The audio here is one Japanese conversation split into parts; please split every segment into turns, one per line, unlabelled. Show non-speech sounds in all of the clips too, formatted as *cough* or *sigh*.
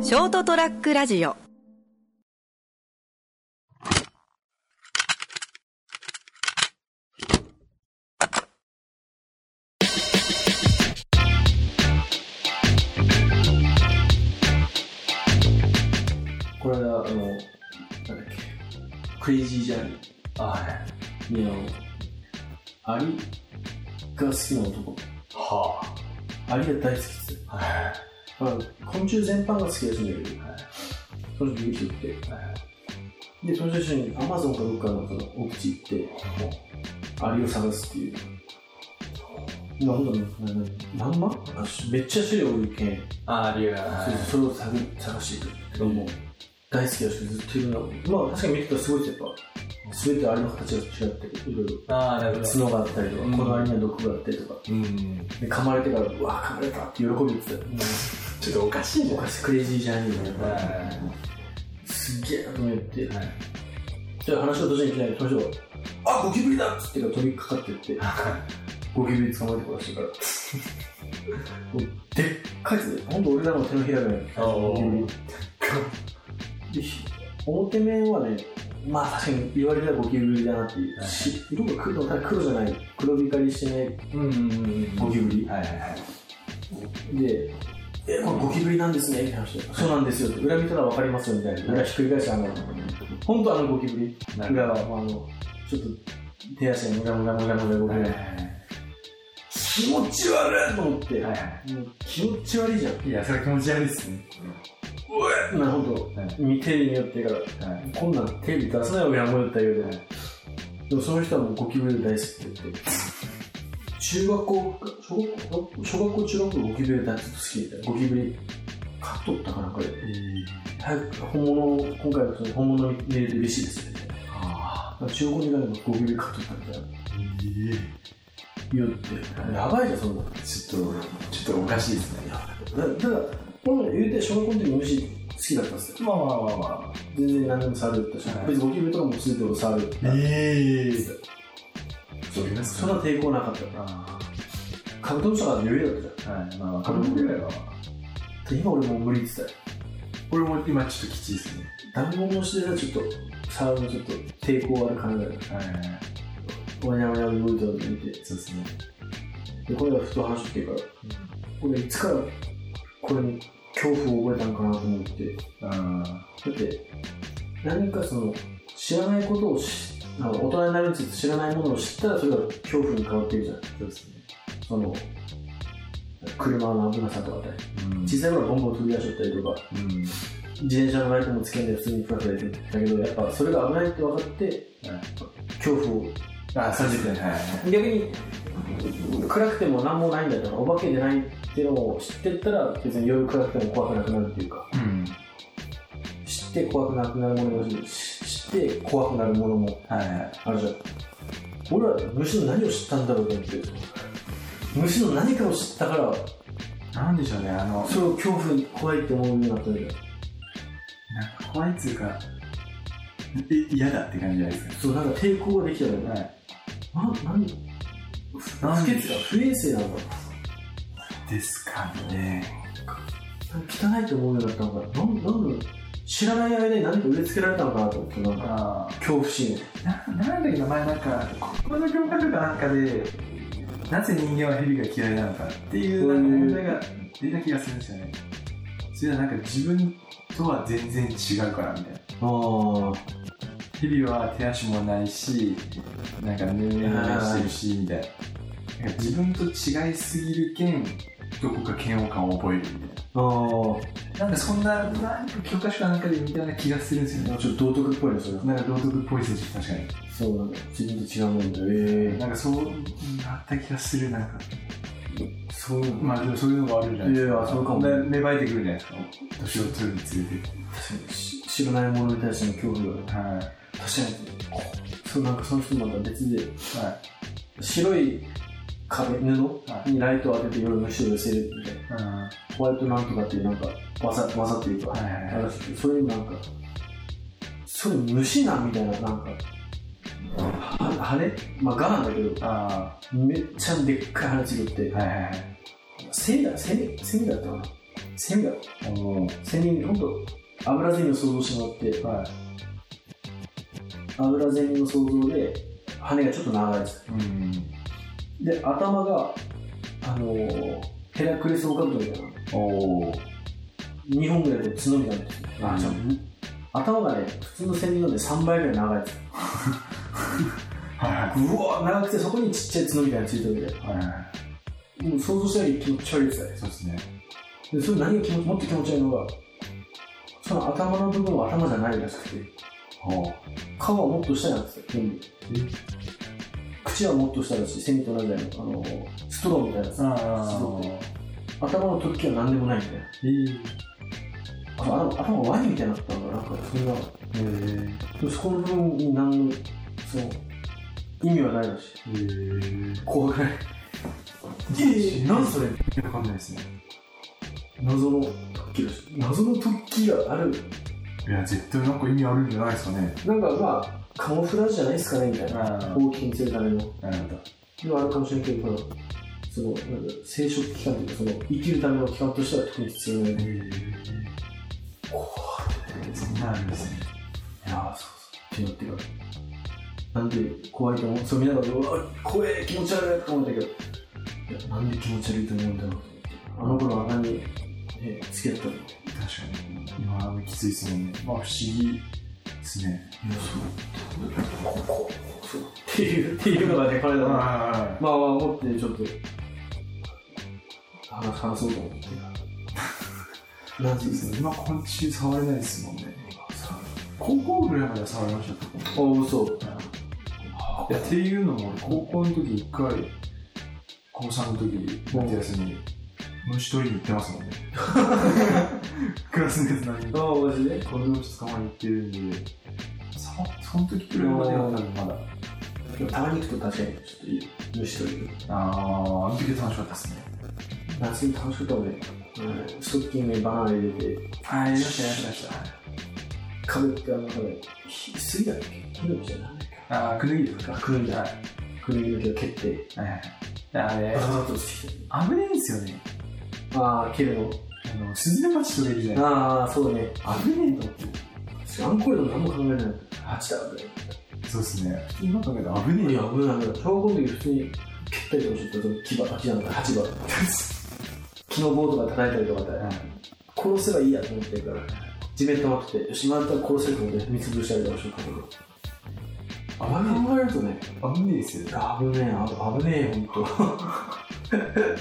ショートトラックラジオ
これはあのなんだっけクレイジージャーニーああいやアリが好きな男
は
アリが大好きです
あ、は
まあ昆虫全般が好きらしいんだけどその時見てってでその写真にアマゾンかどっかのその奥地行ってアリを探すっていうなんだろうなな何万あしめっちゃ種類多いけん
あありがとう
それを探探していくのもう大好きだしずっといるのまあ確かに見てたらすごいやっぱ全てアリの形が違っていろいろ
ああなるほど
角があったりとか、
うん
このアリには毒があったりとか
うん
で噛まれてからうわー噛まれたって喜びってた
ちょっとおかしいじ
お
ゃん
かしいクレイジージャーニーのやっぱ
は
すっげえなと思って
いはい
じゃあ話を途中に来ないでその人が「あゴキブリだ!」っつってから飛びかかってってゴキブリ捕まえて殺してからもうでっかいやつでほんと俺らの手のひらぐらいのゴキブリでひ表面はねまあ確かに言われたらゴキブリだなっていう、
はい
し色が黒ただ黒じゃない黒光りしてない
うんうん
ゴキブリ
はいはいはい
で「えこれゴキブリなんですね」って話して「そうなんですよ」って裏見たら分かりますよみたいな裏ひっくり返してあの本当あのゴキブリ
な
裏
る
は、まあ、あのちょっと手足がムラムラムラムラゴキブ
ほどは
リ
い
気持ち悪いと思って、
はいは
もう気持ち悪いじゃん
いいやそれ気持ち悪いっすね
なるほど
はい
見テレビによってから
はい
こんなんテレビ出さないわけは思ったようで、でもその人はもうゴキブリが大好きって言って、中学校、小学校、小学校、中学校ゴキブリが大好きみたいな、ゴキブリ、買っとったかなんかで、早く本物を、今回はその本物見れて嬉しいですね。
あ
中高時代のゴキブリ買っとったみたいな。言って、やばいじゃん、そんな。
ちょっとちょっとおかしいですね
だだから、俺も言うて小学校の時虫好きだったんですよ。
まあまあまあま
全然何でも触るったし、
はい
別にゴキブリとかも全てを触る。
ええそう言います
そんな抵抗なかったから。
あ
カブトムシとか余裕だったじゃん。
あはいまあまあこれぐらいは
で今俺もう無理って言って
これも今ちょっときついですね
たよ。暖房のしてたらちょっと、触るのちょっと抵抗ある感じだよ。
はいはいはい
おにゃおにゃ動いたの見て。
そうですね
で、これはふと話してから、俺いつからこれに恐怖を覚えたのかなと思って。
あ
だって、何かその、知らないことをし、あの大人になるにつれて知らないものを知ったらそれが恐怖に変わっているじゃん。
あそうですね
その、車の危なさとかね。
うん
小さい頃ボンボン飛び出しちゃったりとか、
うん
自転車のライトもつけんで普通にふらふら出てたけど、やっぱそれが危ないって分かって、
はい
恐怖を
あそうですねはい
逆に暗くても何もないんだったらお化けでないっていうのを知ってったら別に夜暗くても怖くなくなるっていうか
うん
知って怖くなくなるものもあるし知って怖くなるものも
はいはい
あるじゃん俺は虫の何を知ったんだろうと思って虫の何かを知ったから
なんでしょうねあの
それを恐怖に怖いって思うようになったんだよ
なんか怖いっつうかえ嫌だって感じじゃないです
そうなんか抵抗ができたの
か
よ
はい
な何
なん
不
で
潔だ不衛生なのか
ですかね
汚いと思うようになったのかなんなんだろう知らない間に何か植え付けられたのかなと思ってなんか
あ
恐怖心を
あなんだっけど前なんかこの教科書かなんかでなぜ人間は蛇が嫌いなのかっていうなんか問題が出た気がするんですよねそれはなんか自分とは全然違うからみたいな
あ
蛇は手足もないしなんかぬめぬめしてるしみたいななんか自分と違いすぎるけんどこか嫌悪感を覚えるみたい
ああ
ななんかそんななんか教科書かなんかで見たような気がするんですよね
ちょっと道徳っぽいねそれ
なんか道徳っぽいですよ確か
そうなんだ自分と違うもんだえ
になんかそうなった気がするなんか
えそうなんだ
まあでもそういうのがあるんじゃないです
い
か
やいやそうかも
で芽生えてくるんじゃないですか年を取るにつれて
確かにし知らないものに対しての恐怖が
はい
確かにそうなんかその人また別で
は
白い壁
は
布にライトを当てて夜の人を寄せるみたいない
うん
ホワイトなんとかっていうなんか技技っていうか、
はいはいはい
らしくてそれになんかそれ虫なんみたいななんかは羽まあガなんだけど
あ
めっちゃでっかい羽ちぐって
あはいはいはい
セミだセミセミだったかなセミだろ
おー
セミほんと油ゼミを想像してもらって
はい
油ゼミの想像で羽がちょっと長いです
うん
で頭があのーヘラクレスオオカブトみたいな
おー
2本ぐらいで角になってて、
うん
あじゃあ頭がね普通のセミので3倍ぐらい長いです
は
うわ長くてそこにちっちゃい角みたいなのついてるわけ
いはいはい
でもう想像したより気持ち悪いですよね
そうですね
でそれ何が気持ちもっと気持ち悪いのがその頭の部分は頭じゃないらしくて
おー
顔はもっと下なんですよ全部口はもっと下だしセミと同じだよあのストローみたいなやつ
あー
頭の突起は何でもないみたいな
えー
あと頭頭がワニみたいになったのがなんかそんな
えー
でもそこの部分に何のその意味はないらしい
えー
怖くない
えー
何それ
わかんないですね
謎の突起だし謎の突起がある
いや絶対なんか意味あるんじゃないですかね
なんかまあカモフラージュじゃないですかねみたいな
あ
大きく見せるための
なるほど
のはあるかもしれないけど、このそのなんだろう生殖期間というか、その生きるための期間としては特に必要ない
え
ね。
ー
怖
そんなあるんですね
いやー、そうそう。ってなってから。なんで怖いと思うそう見ながら、うわ、怖え、気持ち悪いと思ったけど、いや、なんで気持ち悪いと思うんだろうと思って。あの頃は何に、ね、付き合ったのいや、
確かに今きついですもんねまあ不思議ですね
そう。こう、こう、そう。っていう、っていうのがね、これだな。まあ
あ
まあ、思って、ちょっと、話話そうと思 *laughs* って。なん
そう
で
ですすね今昆虫触れないですもんね高校ぐらいまでは触りましたけど
あ、嘘。
いやっていうのも俺高校の時一回高3の時夏休み虫取りに行ってますもんね *laughs* クラスのやつ何人か
ああ、マジで
この虫捕まえに行ってるんでさその時くらいまでは多分まだ
たまに行くと確かに、ちょっといい。虫取り。
あああの時は楽しかったですね
夏に楽しかったもんね。うん。ストッキングにバナナ入れて、
はい
いらっしゃいいらっしゃい壁ってあの、なんかひ杉だっけ木の木じゃない
ああくぬぎですか
あ、くるみ
は
だ。くるみの毛を蹴って、
いはいはいあれ
バタバタと落ちてき
危ないんですよね
た。ああ、蹴るの。
あのスズメバチとかいるじゃない
ああ、そうね。
危ねえと思
あん
っ
これでも何も考えない。あ、ちだ、危ない。
てそうですね今考えたら危
い
ねえ
や、
*laughs* よ
危ない、危ない。小学校の時普通に蹴ったりとかしてた。その牙、あ、牙なんだ、鉢歯。木の棒とか叩いたりとかだよ殺せばいいやと思ってるから地面溜まっててよしまた殺せると思って見つぶしたりとかしようかと思ってあんま考えるとね
危ねえですよね
危ねえあ危ねえ本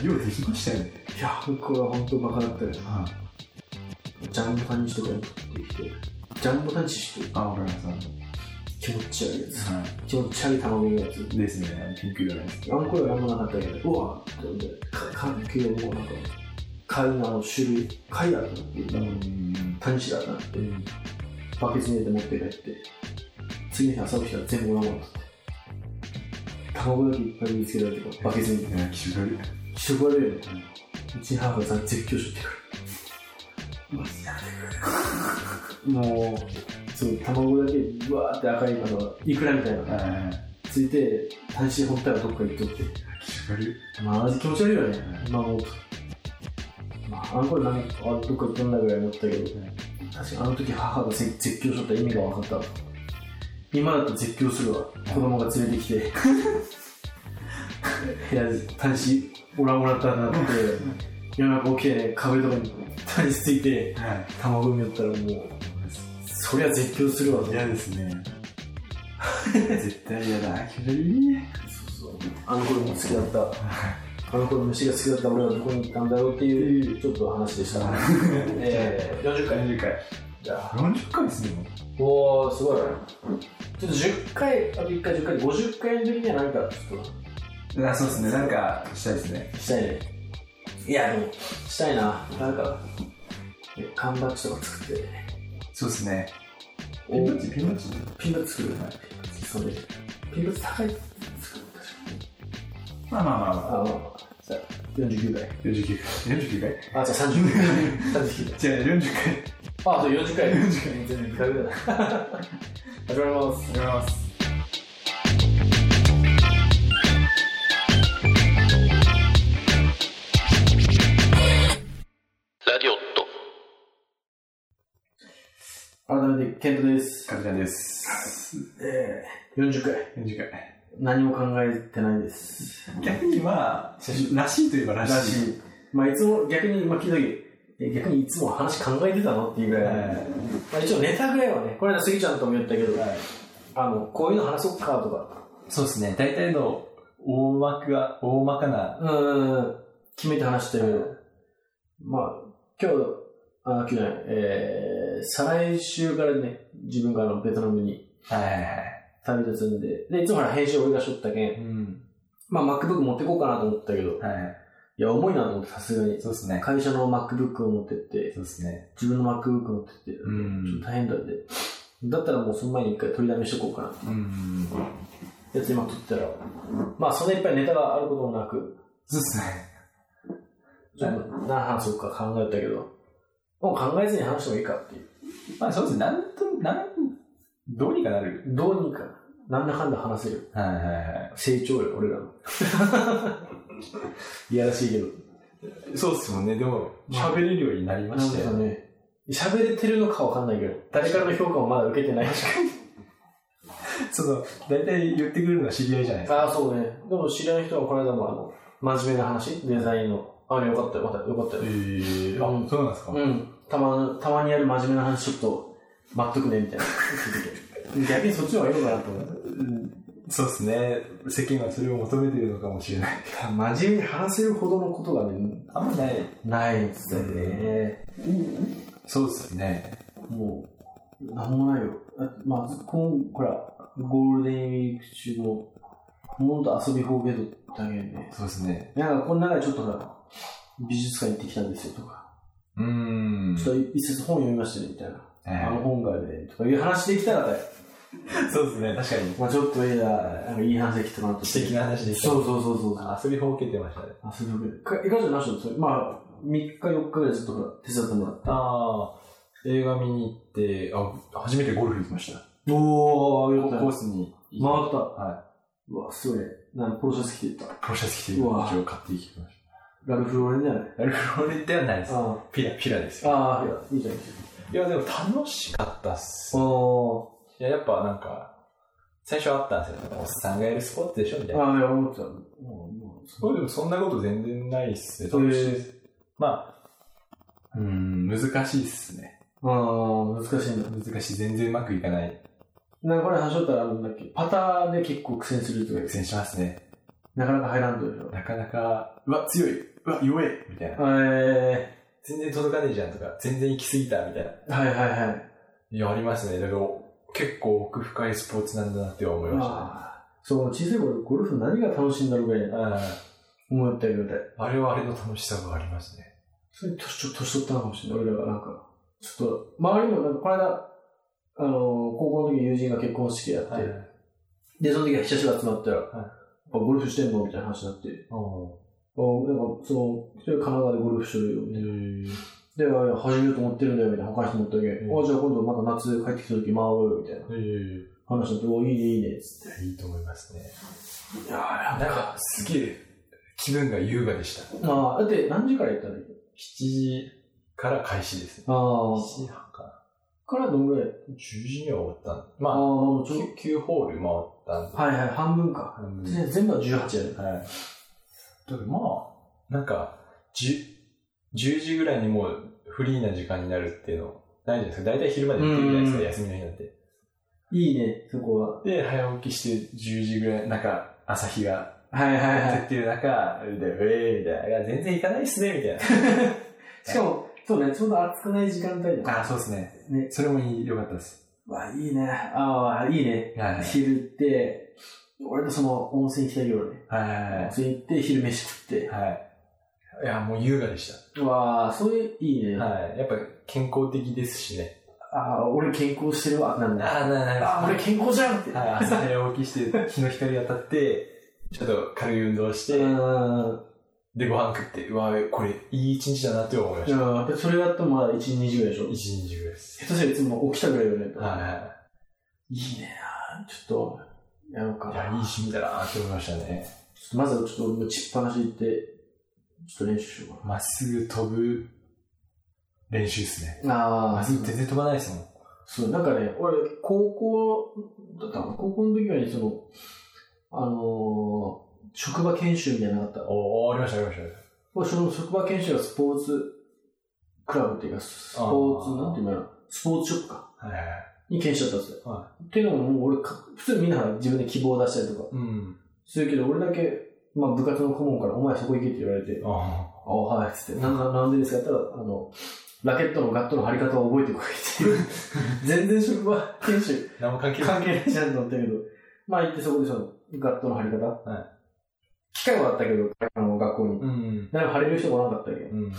ようできましたよね。
当 *laughs* いやこれは本当バカだったよ
あ、
ジャンボタニシとかに食ってきてジャンボタニシって
わかりま
気持ち悪いや
す
つ。気持ち悪い卵のやつ
い。ですね、ピンク色のやつ。
あんこよりあんまなかったけどうわっって思ってかけよもうなんか貝の種類貝だなって言ったのに
ん。
タニシだなってバケツに入れて持って帰って、次の日朝起きたら全部もらもんだって。卵だけいっぱい見つけられてから、バケツに。
いや、気色悪い。
人が悪いよね。うちの母が絶叫しとってから。マジやめてくれもう、そう、卵だけ、うわーって赤い、あの、イクラみたいなのが
はい。
ついて、単身本体はどっか行っとって。
気色悪い。
マジ気持ち悪いよね
うん。
今思うと。まあ、あの頃なんか、あどっか行ったんだぐらい思ったけど、確かにあの時母が絶絶叫しとった意味が分かった。今だと絶叫するわ。子供が連れてき
*laughs*
て。部屋で、単身、オラオラだなって、夜中起きてね、壁とかに単身ついて、
は
卵産みよったらもう、そりゃ絶叫するわと。
嫌ですね。 *laughs* 絶対嫌だ。気色悪い。
そうそうあの頃も好きだったあの頃虫が好きだった俺はどこに行ったんだろうっていうちょっと話でした、 *laughs* えー、40回
40回。
じゃあ
40回ですね、もう
おーすごいなちょっと10回あと1回10回50回の時には何かちょっ
あそうですね、なんかしたいですね。
としたいねいやでもしたいななんかね缶バッジとか作って
そうですね。
お
バッチ、ピンバッチ。
ピンバッジ作る
はい
それピンバッジ高い作る
まあまあまあまあ。
あまあじゃあ49回
49回。49回
あじゃあ30回 *laughs* 39回
じゃあ40回。
あと40回
40回。全
ダメだな。始まります。
ります。
ララディオット
改めて、ケントです。
カズちゃんです。
えー、40回。
40回。
何も考えてないです。
逆にまあ、らしいといえばら
ら
しい。
しい。まあ、いつも、逆に、まあ、聞いた時え逆にいつも話考えてたのっていうぐらい。
は
まあ、一応ネタぐらいはね、これは杉ちゃんとも言ったけど
い、はい
あの、こういうの話そうかとか、
そうですね。大体の大幕が、大まかな。
うーん、決めて話してる。まあ、今日、あ、今日じゃない、えー、再来週からね、自分があのベトナムに
はいはいはい。
旅立つんで、で、いつもほら編集俺がしょったけん、
うん。
まあ MacBook 持ってこうかなと思ったけど、
はい
や、重いなと思って、さすがに
い。。そうですね。
会社の MacBook を持ってって、
そうですね。
自分の MacBook 持ってって、
うん
ちょっと大変だんで。だったらもうその前に一回取りだめしとこうかな。
うん。
やつ今撮ってたら、まあそんないっぱいネタがあることもなく、
そうですね。
ちょっと何話そうか考えたけど、もう考えずに話してもいいかっていう。
まあそうですね。なんと、なん、どうにかなる。
どうにか、なんだかんだ話せる。
はいはいは
成長よ、俺ら
*laughs*
の。いやらしいけど。
い。そうですもんね。でも、
まあ
喋れるようになりま
な
し
ん
た
か
よ。
ね、喋れてるのかわかんないけど、誰からの評価もまだ受けてないし。
その、大体言ってくるのは知り合いじゃないですか。
ああ、そうね。でも知らない人はこの間もあの、真面目な話、デザインの。あれよかったよ、またよかったよ
え。え
うん
あ、そうなんですか
うん、たまたまにやる真面目な話ちょっと待っとくねみたいな *laughs* 逆にそっちの方がいいのかなと思って
そうですね。世間はそれを求めてるのかもしれない。
真面目に話せるほどのことがね
あんまない。
ないんですよね、
そうですね。
もうなんもないよあまあ今ほらゴールデンウィーク中のもっと遊び方言だけどね
そうですね。
なんかこの中でちょっとほら美術館行ってきたんですよとか、
うーん。
ちょっと一冊本読みましたねみたいな、あ
はい
の本がねとかいう話できたらね
そうですね。確かに。
まあちょっといいな、なんかいい話できたなと思って
知的な話でした。
そうそうそうそう。
遊びほうけてましたね。
あ、それだけ。いかじゃなしだまあ、3日4日ぐらいずっとほら手伝ってもらっ
ああ、映画見に行って、あ、初めてゴルフ行きました。
て。おー、よかった。
コ
回
ー
っ
スに
た。
行って、
は。
はい
うわ、すごいね。なんかポロシャツ着ていった。
プロシャツ着て、
うわ
一応買って行きまし
ラルフローレンじゃない
た。ゴルフロレではないです。
あ
ピラ、ピラです
あ。
よ。
ああ、いや、いいじゃないですか。
いや、でも楽しかったっす。
お
いや、やっぱなんか、最初あったんですよ。おっさんがやるスポーツでしょみたい
ー。
な。
ああ、いや、思ってた。もう、もう、
そうでもそんなこと全然ないっすね。
そう
楽
です
しいです。まあ、うーん、難しいっすね。
ああ、難しいな。
難しい。全然うまくいかない。
なんかこれ話しとったら、あのなんだっけ、パターで結構苦戦するとか
苦
言う
戦しますね。
なかなか入らんとでしょ。
なかなか、うわ、強い。うわ、弱い。みたいな。
え
全然届かねえじゃんとか、全然行き過ぎたみたいな。
ー、はいはいはい。
いや、ありますね。だけど、結構奥深いスポーツなんだなって思いましたね。
ああそう、小さい頃、ゴルフ何が楽しいんだろうぐらい思ったけど、
あれはあれの楽しさがありますね。
それ年ちょ年取ったのかもしれない。俺らがなんか、ちょっと、周りもなんか、この間、あのー、高校の時友人が結婚式やって、で、その時は久しぶり集まったら、やっぱゴルフしてんのみたいな話になって、あなんか、その、一人神奈川でゴルフしてるよ、みたいな。で、あいや始めようと思ってるんだよ、みたいな。他の人も言ったけ、
うん
あ、じゃあ今度また夏帰ってきた時回ろうよ、みたいな話になって、お、いいね、いいね、つっ
いいと思いますね。
て。いやー
なんか、すげえ、気分が優雅でした。7
あー、だって何時から行ったの
時から開始ですね。
あ
7
ー、
時半かな。
からどんぐらい
10時には終わった。
ああー、
まあ、
もうちょ
9, 9ホール回ったんで。
はいはい、半分か。
うん
で全部は18やる。
はい。だからまあ、なんか、10、10時ぐらいにもうフリーな時間になるっていうの、ないじゃないですか。大体昼まで寝てるじゃないです
うん
か、休みの日なんて。
いいね、そこは。
で、早起きして10時ぐらい、なんか、朝日が
はいはいは
照
い
っ。てる中、で、ウェーイみたいな。いや、全然行かないっすね、みたい
*laughs* しかも、そうね、ちょうど暑くない時間帯だ。
な。あ、そうですね。
ね。
それも良かったです。
わ、いいね。ああ、いいね。
はい。
昼行って、俺とその温泉行きたいよね。温
は
泉行って、昼飯食っ
い。
て。
はい。いや、もう優雅でし
わあ、そういう、いいね。
た。はい。やっぱ健康的ですしね。
ああ、俺健康してるわ、なんだ。
あ、な、
ああ、俺健康じゃんって。
はい、朝早起きして、日の光当たって、ちょっと軽い運動して、
うん。
で、ご飯食って、うわ、これ、いい一日だなって思いま
じ
した。
ゃあ、それやってもまだ1、2時ぐらいでしょ。
一日ぐらいです。
下手したらいつも起きたぐらいよね。
はい
いね。あーちょっと、やろうか
い。いや、いい
な。
趣味だなって思いましたね。
ちょっとまずはちょっと俺も打ちっぱなし行って、ちょっと練習しようかな。
まっすぐ飛ぶ練習ですね。
あ
あ、
そう
全然飛ばないですもん。
そう、なんかね、俺、高校だったの高校の時はね、その、あのー職場研修みたいなのがあった。
おおありました、ありました。
俺その職場研修がスポーツクラブっていうか、スポーツ、
あー
なんていうのかなスポーツショップか。
はいはいはい。
に研修だったんですよ。
は
っていうのも、もう俺か、普通みんな自分で希望を出したりとか
うん。
するけど、俺だけ、まあ部活の顧問から、お前そこ行けって言われて、
あ
ああ、はい、つって、なななんでですかって言ったら、あの、ラケットのガットの張り方を覚えてこい
*laughs*
っていう。全然職場研修
あ。何も関係ない。
関係ないじゃんと思ったけど、まあ行ってそこでその、ガットの貼り方。
い
機会はあったけど、あの、学校に。
うん。
誰も貼れる人もおらなかったけど、
うん。
結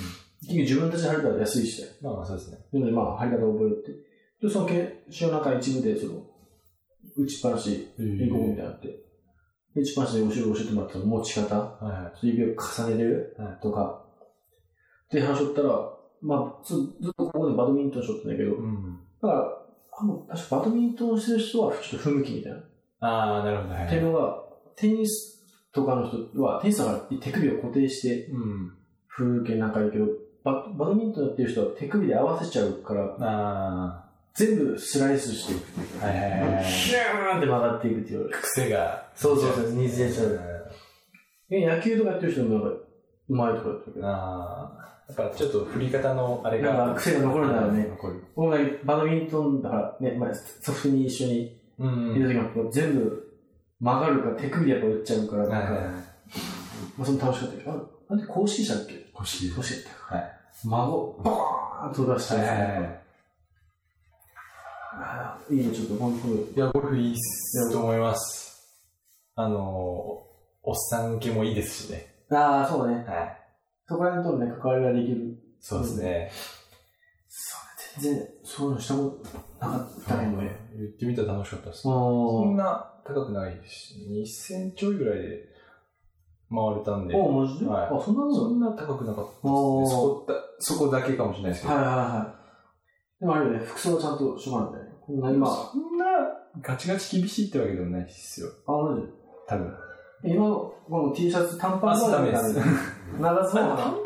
局自分たちで貼れたら安いしね。
まあまあそうですね。
なのでまあ貼り方を覚えて。で、その研修の中一部で、その、打ちっぱなし、
え
行こうみたいなのあって。で打ちっぱなしで後ろ教えてもらった持ち方、
はいはい。
指を重ねる
はい
とか。で、話しとったら、まあ、ずずっとここでバドミントンしとったんだけど、
うん。
だから、あの確かバドミントンをしてる人はちょっと不向きみたいな。
ああ、なるほど。は
っていうのが、テニスとかの人は、テニスだから手首を固定して
うん。
振る系なんかいいけど、ババドミントンやってる人は手首で合わせちゃうから、
あ
全部スライスしていく。
はいはいはいはい
シューンって曲がっていくっていう。
あ。癖が。
そうそうそう似てちゃう
う。
で野球とかやってる人もなんか、うまいとかやってるけど、
ああ。やっぱちょっと振り方のあれが。
なんか癖が残るんだろうね
残る。
僕もねバドミントンだからね、まあ、ソフトに一緒に
う
いた
ん。
時も全部曲がるから手首でやっぱ打っちゃうから、
はい
なんか、
はいはい。
まあその楽しかったけど、あなんで公式者だっけ
腰
公式やったか。
はい。
孫、ボーンと出した
はい
り
は
とか
いはい。
あーいいね、ちょっと本当に。
いや、ゴルフいいっす。と思います。あのー、おっさん系もいいですしね。
ああ、そうね。
はい。
そこら辺とのね、関わりができる。
そうですね。
そうね、全然、そういうのしたことなかったけどね。
言ってみたら楽しかったです。そ
そ
ん
んな。
な高くないですし、2000ちょいぐらいで回れたんで、
おマジで、
はい
あ、そんなもん
そんな高くなかったですね。そ
おー
こだそこだけかもしれないですけど、
はいはいはい。でもあれよね、服装はちゃんとしまうんだよね。こんな今、あ、
そんなガチガチ厳しいってわけでもないですよ、
マジ
多分。
で今の、この T シャツ短パン
あダメです
長そう
*laughs* 短
な。
パン
あ、
自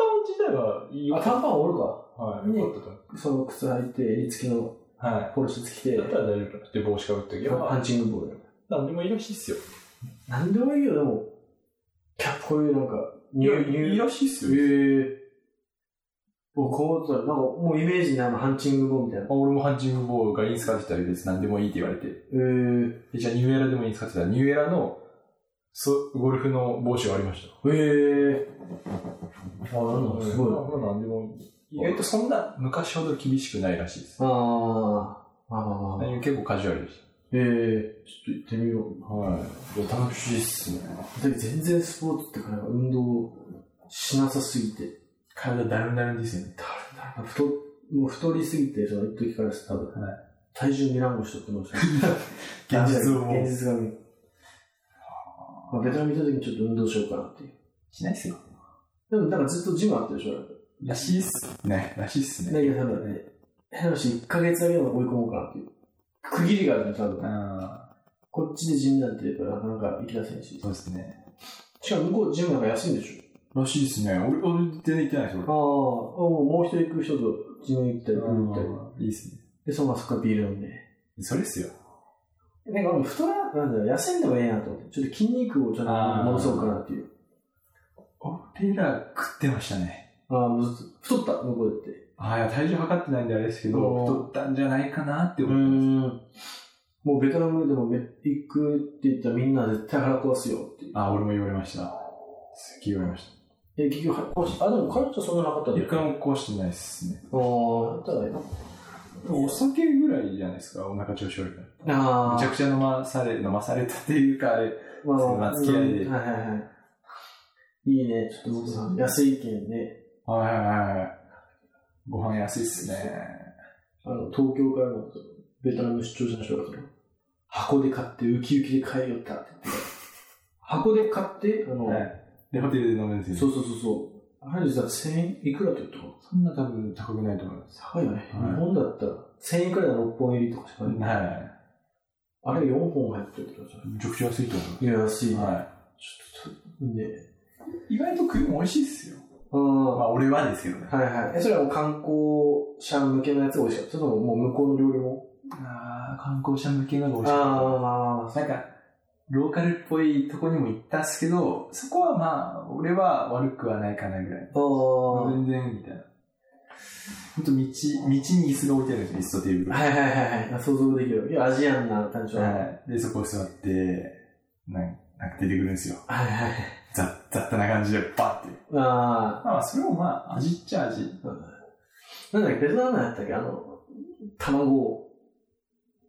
体はいいよ
短
かっ
パン折るか。
た。はい、よかったと思う。
その靴履いて、襟付きの
は
ポロシャツ着
い。
て
だっ、たら大丈夫だ。で、帽子かぶっとき
パン
ば、
チングボール。
なんでもいいらしいっすよ。
なんでもいいよ、でも。キャップこういうなんか、
い
匂
や
い、匂い
いいらしいっすよ。
へえ。僕、こうだったら、なんかもうイメージにあの、ハンチングボーみたいな。
あ俺もハンチングボールがいいんすかって言ったら別に何でもいいって言われて。
へ
えじゃあニューエラでもいいんですかって言ったら、ニューエラの、そゴルフの帽子がありました。
え。へえ。あ、なんだ、すごい。あ
まあまあなんでもいい意外とそんな昔ほど厳しくないらしいです。
あー、まあまあまあ。へ
結構カジュアルでし
え。ちょっと行ってみよう。
た。はい。楽しいっすね。
だって全然スポーツってか、運動しなさすぎて。
体だるだるですよね。
なんか太っ、もう太りすぎて、その一時から多分、
は
体重に乱暴しとってました。
*laughs* 現実を
現実が見えるまあ、ベトナム行った時にちょっと運動しようかなっていう。
しないっすよ。
でも、なんかずっとジムあったでしょ
らしいっすね。らしいっすね。
何が多分ね、変な話、1ヶ月だけでも追い込もうかなっていう。区切りがあるね、多分。
ああ、
こっちでジムなんて言うから、なかなか行き出せないし。
うですね。
しかも向こうジムなんか安いんでし
らしいっすね。俺、俺全然行ってないです
ょああ、もうもう一人行く人とジム行ったり、
俺。
プール行ったり。
いいっすね。
で、そのままそこからビール飲んで。
それっすよ。
なんか俺も太ら、なんだろう、痩せんでもええなと思って、ちょっと筋肉をちょっと戻そうかなっていう。
俺ら食ってましたね。
ああ、もうずっと太った、向こうでって。
ああ、いや体重測ってないんであれですけど、
おー
太ったんじゃないかなって
うー
思って
ん。もうベトナムでもめ行くって言ったらみんな絶対腹壊すよっていう。
ます。ああ、俺も言われました。すっげえ言われました。
え、結局腹壊し、あ、でも彼女はそんななかったんだ
一回
よ、ね。
も壊してないっすね。
ああ、やったらいいな。
お酒ぐらいじゃないですか、お腹調子悪くなって
ああ、
めちゃくちゃ飲まされ、飲まされたっていうか、あれ。
*laughs* まあ
まあ付き合いで
うんはいはいはい。いいね、ちょっと僕さ、安い県ね、
はいはいはい。ご飯安いっすね。
あの、東京からのベトナム出張者の人がその、箱で買ってウキウキで買いよったって言って。箱で買って、あの、
はい。で、ホテルで飲むんです
そ
よ。
うそうそうそう。あれ実は1000円いくらって言ったかな
そんな多分高くないと思います。
高いよね。日
はい
本だったら1000円いくらで6本入りとかしかない。
は
あれ4本入ってるってことじゃ
い。めちゃくちゃ安いと思い
ないいや、安いね。
ます。は
ちょっと、ね。
い。意外と食いも美味しいっすよ。
うん。
まあ、俺はですけどね。
はいはい。え、それはもう観光者向けのやつが美味しかった。それとももう向こうの料理も。
ああ、観光者向けのが美味しかっ
あ
た。なんか、ローカルっぽいとこにも行ったっすけど、そこはまあ、俺は悪くはないかなぐらい。
あ。あ
全然、みたいな。ほんと道、道に椅子が置いてあるんですよ、椅子とテーブル。
はいはいはいはい。想像できる。いや、アジアンな感じは。はい
はい。で、そこ座って、なんなんか出てくるんですよ。
はい。
雑雑多な感じで、バッて。
あ
まあ、それもまあ、味っちゃ味。
あ。なんだっけ、別の名前だったっけあの、卵を。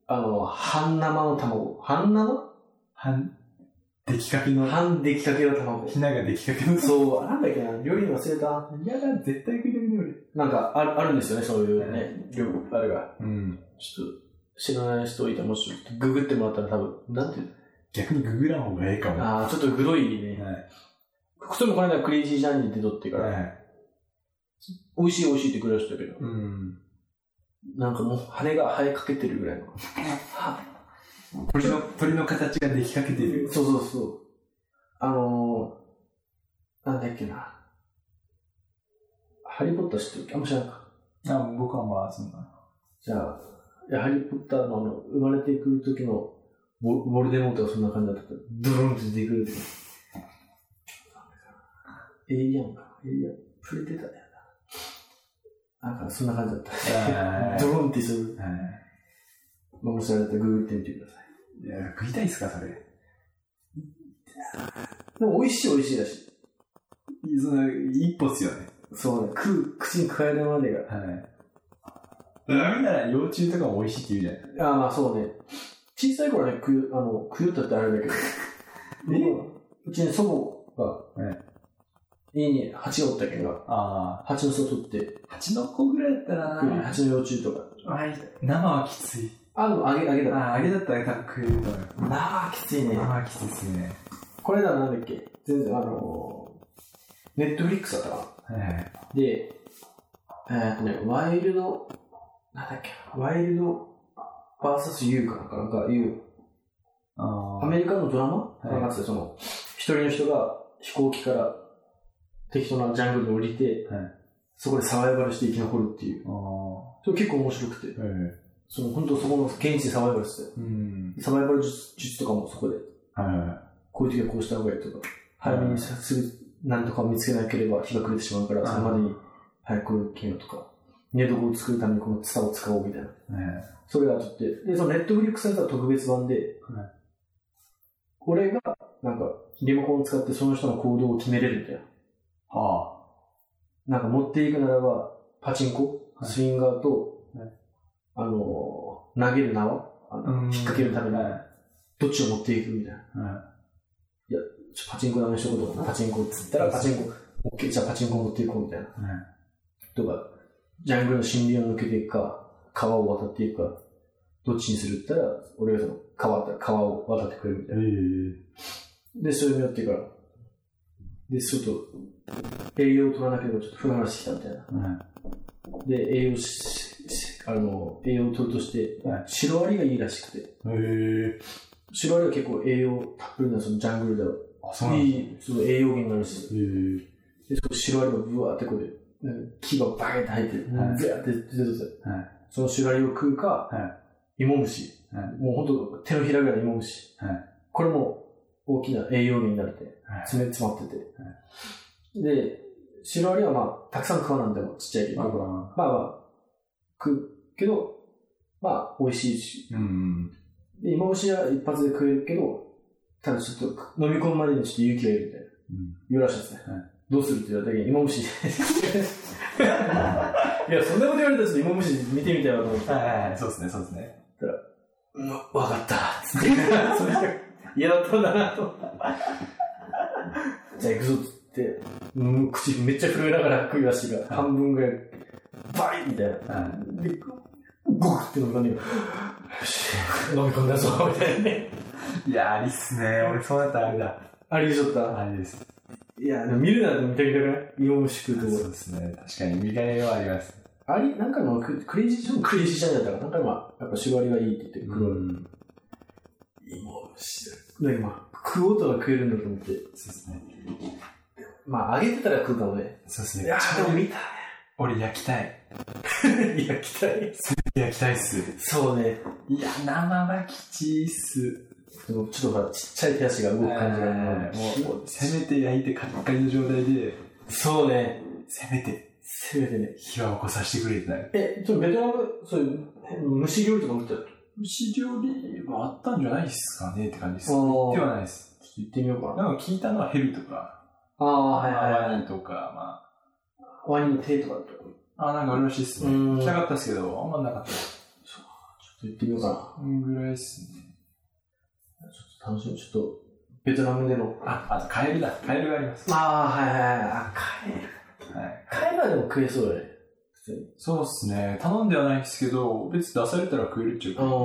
あの、半生の卵。半生
半、出来かけの、
半出来かけの卵。
ひなが出来かけの。
そう、なんだっけな、料理の忘れた。
嫌だ、絶対食いたくない俺。
なんかある、あるんですよね、そういうね、料理、あれが。
うん。
ちょっと、知らない人いたら、もし、ググってもらったら多分、なんていう
逆にググらん方がええかも。
の
は
ああ、ちょっとグロい
い。
ね。
は
それもこの間クレイジージャーニーって撮ってから、
い。
美味しい美味しいってくれましたけど、
うん。
なんかもう羽が生えかけてるぐらいの。
鳥の、鳥の形が出来かけてる。
そうそうそう。あのー、なんだっけな。ハリーポッター知ってるっけあんま知らんか。
あ、僕はまあ、そんな。
じゃあ、いやハリーポッターのあの、生まれていく時のボボルデモートがそんな感じだったから、ドロンって出てくる。エイリアンか。エイリアン。プレデターだよな。なんかそんな感じだった。
は
ドロンってする。
い。は
まあ、もしあれだったらググってみてください。
い。いや、食いたいっすか、それ。
でも美味しい美味しいだし。
その、一歩っすよね。
そうね、食う、口に加えるまでが。
はい。ダメなら幼虫とかも美味しいって言うじ
ああ、まあそうね。小さい頃はね、食う、あの、食うよったってあれだけど。うちに祖母が、
は
家に蜂がおったけんが、
ゃん。あ
蜂の巣を取って、
あ。蜂の子ぐらいだったら
食うね蜂の幼虫とか。
はい。生はきつい。
あ、でも揚げ、揚げだ。
ああ、揚げだったら多分食えると思う。
なあ、きついね
生。はきついですね。
これだ、なんだっけ。全然、あのネットフリックスだったかな。
はい。
で、えーっとね、ワイルド、なんだっけ、ワイルド、バーサスユーかなんかなんかいう、
ああ。
アメリカのドラマ
い
ドラマっつってその、一人の人が飛行機から適当なジャングルに降りて、
はい
そこでサバイバルして生き残るっていう。
あ
それ結構面白くて、
あ。う
その本当そこの現地でサバイバルして
ん。
た。サバイバル術術とかもそこで、
は
こういう時はこうした方がいいとか、早めにさすぐ何とか見つけなければ日が暮れてしまうから、それまでに早く消えようとか、寝床を作るためにこのツタを使おうみたいな。
い。ね
それがあって、で、そのネットフリックスのやつは特別版で、
はい
俺が、なんか、リモコンを使ってその人の行動を決めれるみたい
は
な。なんか持っていくならば、パチンコ、
はい
スインガーと、
はい
あのー投げる縄、あ
あ。
の引っ掛けるために
はい。、
どっちを持っていくみたいな。
は
ちょパチンコダメにしとこうとか、パチンコっつったら、パチンコ、オッケー、じゃあパチンコ持っていこうみたいな。
い。
とか、ジャングルの森林を抜けていくか、川を渡っていくか、どっちにするって言ったら、俺がその川だったら川を渡ってくれるみたいな。で、
え
それをやってから、で、ちょっと、栄養を取らなければちょっと不安してきたみたいな。
え。はい。
で、栄養し、しあの、栄養を取るとして、
はい
シロアリがいいらしくて、
ええ。
シロアリは結構栄養たっぷりなそのジャングルでは、
あ、そうなん
い
です
いそ
ね
の栄養源になるし、
ええ。
で、そこシロアリがブワーってこうで、なんか木がバーンって入って、ブワ
は
ー
い
って出てるぜ
はい。
そのシロアリを食うか、
は
芋虫、
は
もうほんと手のひらぐらいの芋虫、
はい
これも大きな栄養源になるって。詰め詰まってて。で、シロアリはまあ、たくさん食わなんでも、ちっちゃいけど。
まあ
まあ
ま
まあ、食うけど、まあ、美味しいし。
あ。うん。
で、芋虫は一発で食えるけど、ただちょっと飲み込むまでにちょっと勇気がいるみたいな。
うん
言うらしいですね。
は
どうするって言われた時に、芋 *laughs* 虫。いや、そんなこと言われたらちょっと芋虫見てみたいなと思って。
はいはい。そうですね、そうですね。
うんわかった。 *laughs* つって。それしか嫌だったんだなと。じゃあ行くぞっつって、うん、口めっちゃ震えながら食い出してから、半分ぐらい、バリッみたいな。
は
で、ゴクって飲み込んで、よし、飲み込んだぞ、みたいなね。
い。いや、ありっすね。俺そうだったらあれだ。
あれでしょった。
あれです。
いや、でも見るなんて見たくなくない芋虫食うとこ
そうですね。確かに見返りはあります。
あり、何回もククレイジーション、クレイジーシャイだったから、何回も、やっぱシロアリがいいって言って、黒い。
ん。
芋虫だ。で今、食おうとは食えるんだと思って。
そうですね。
まあ、揚げてたら食うかもね。
そうですね。
いやーでも見た
俺焼きたい。
*laughs* いや、期待。
焼きたいっす。
そうね。
いや、生はきちいっす。
でもちょっとほら、ちっちゃい手足が動く感じが
えーもう、せめて焼いてカリッカリの状態で、
そうね。
せめて
せめてね。
火は起こさせてくれてない。
え、ちょっとベトナム、そういう、蒸し料理とか持ってた
虫料理はあったんじゃないっすかねって感じです。で
そう
はないです。
ちょっと行ってみようかな。
なんか聞いたのはヘビとか、
ああ、はいはい
ワ
は
ニ
い。
とか、
ワニの手とかだったちょっ
まあ、あ、なんかあるらしいっすね。
うん
行きたかったっすけど、あんまなかった。
と行ってみようかな。
そんぐらいっすね。
ちょっと楽しみ、ちょっと、ベトナムでの。
あ、あとカエルだ。カエルがあります。は
ああ、はいはいはい。あ、カエル。
い。
カエルはでも食えそうだね。普通に。
そうっすね。頼んではないっすけど、別に出されたら食えるっちゅうか、
あ
ま
ー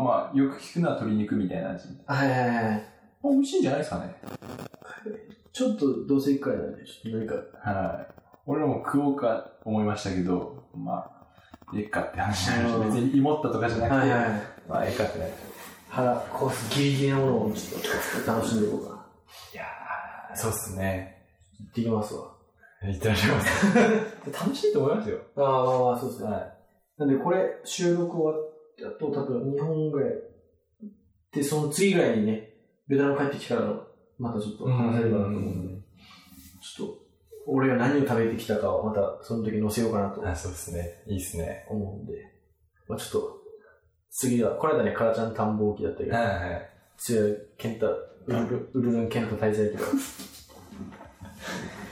あまあ、よく聞くのは鶏肉みたいな味。
はいはいはいはい。
美味しいんじゃないですかね。
ちょっと、どうせ行くからなんで、ちょっと何か。
はい。俺らも食おうか思いましたけど、まあ、ええかって話になりました。
うん
別に芋ったとかじゃなくて、
はいはいはい。
まあ、ええかってなりまし
腹、こう、ギリギリなものをちょっと楽しんでいこうかな。
た。いやー、そうっすね。
行ってきますわ。
いってらっしゃいます。 *laughs* 楽しいと思いますよ。
ああ、まあまあ、そうですね。
は
なんで、これ、収録終わったと、多分2本ぐらい。で、その次ぐらいにね、ベトナム帰ってきたら、またちょっと話せればなと思うんで、ちょっと、俺が何を食べてきたかをまた、その時載せようかなと
あ、そうっすね。いいっすね。
思うんで、まあちょっと、次は、この間ね、カラちゃん探訪記だったけど、
はい。
強い健太、ウルルンウルルン健太滞在とか、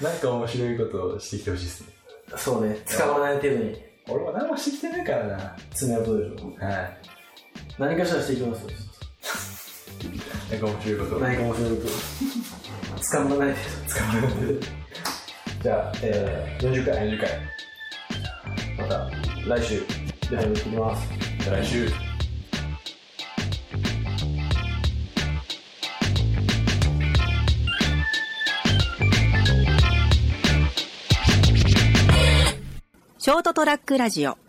なんか面白いことをしてきてほしいっすね。
そうね、捕まらない程度に
俺も何もしてきてないからな。は
爪を取るでしょ。
い。
何かしらしていきますよ。
なんか面白いことを。
何か面白いこと。捕まらない程度。捕まらない程度。じゃあ、えー、40回、
40回。
また来週、出てきます。
じゃあ来週。
ショートトラックラジオ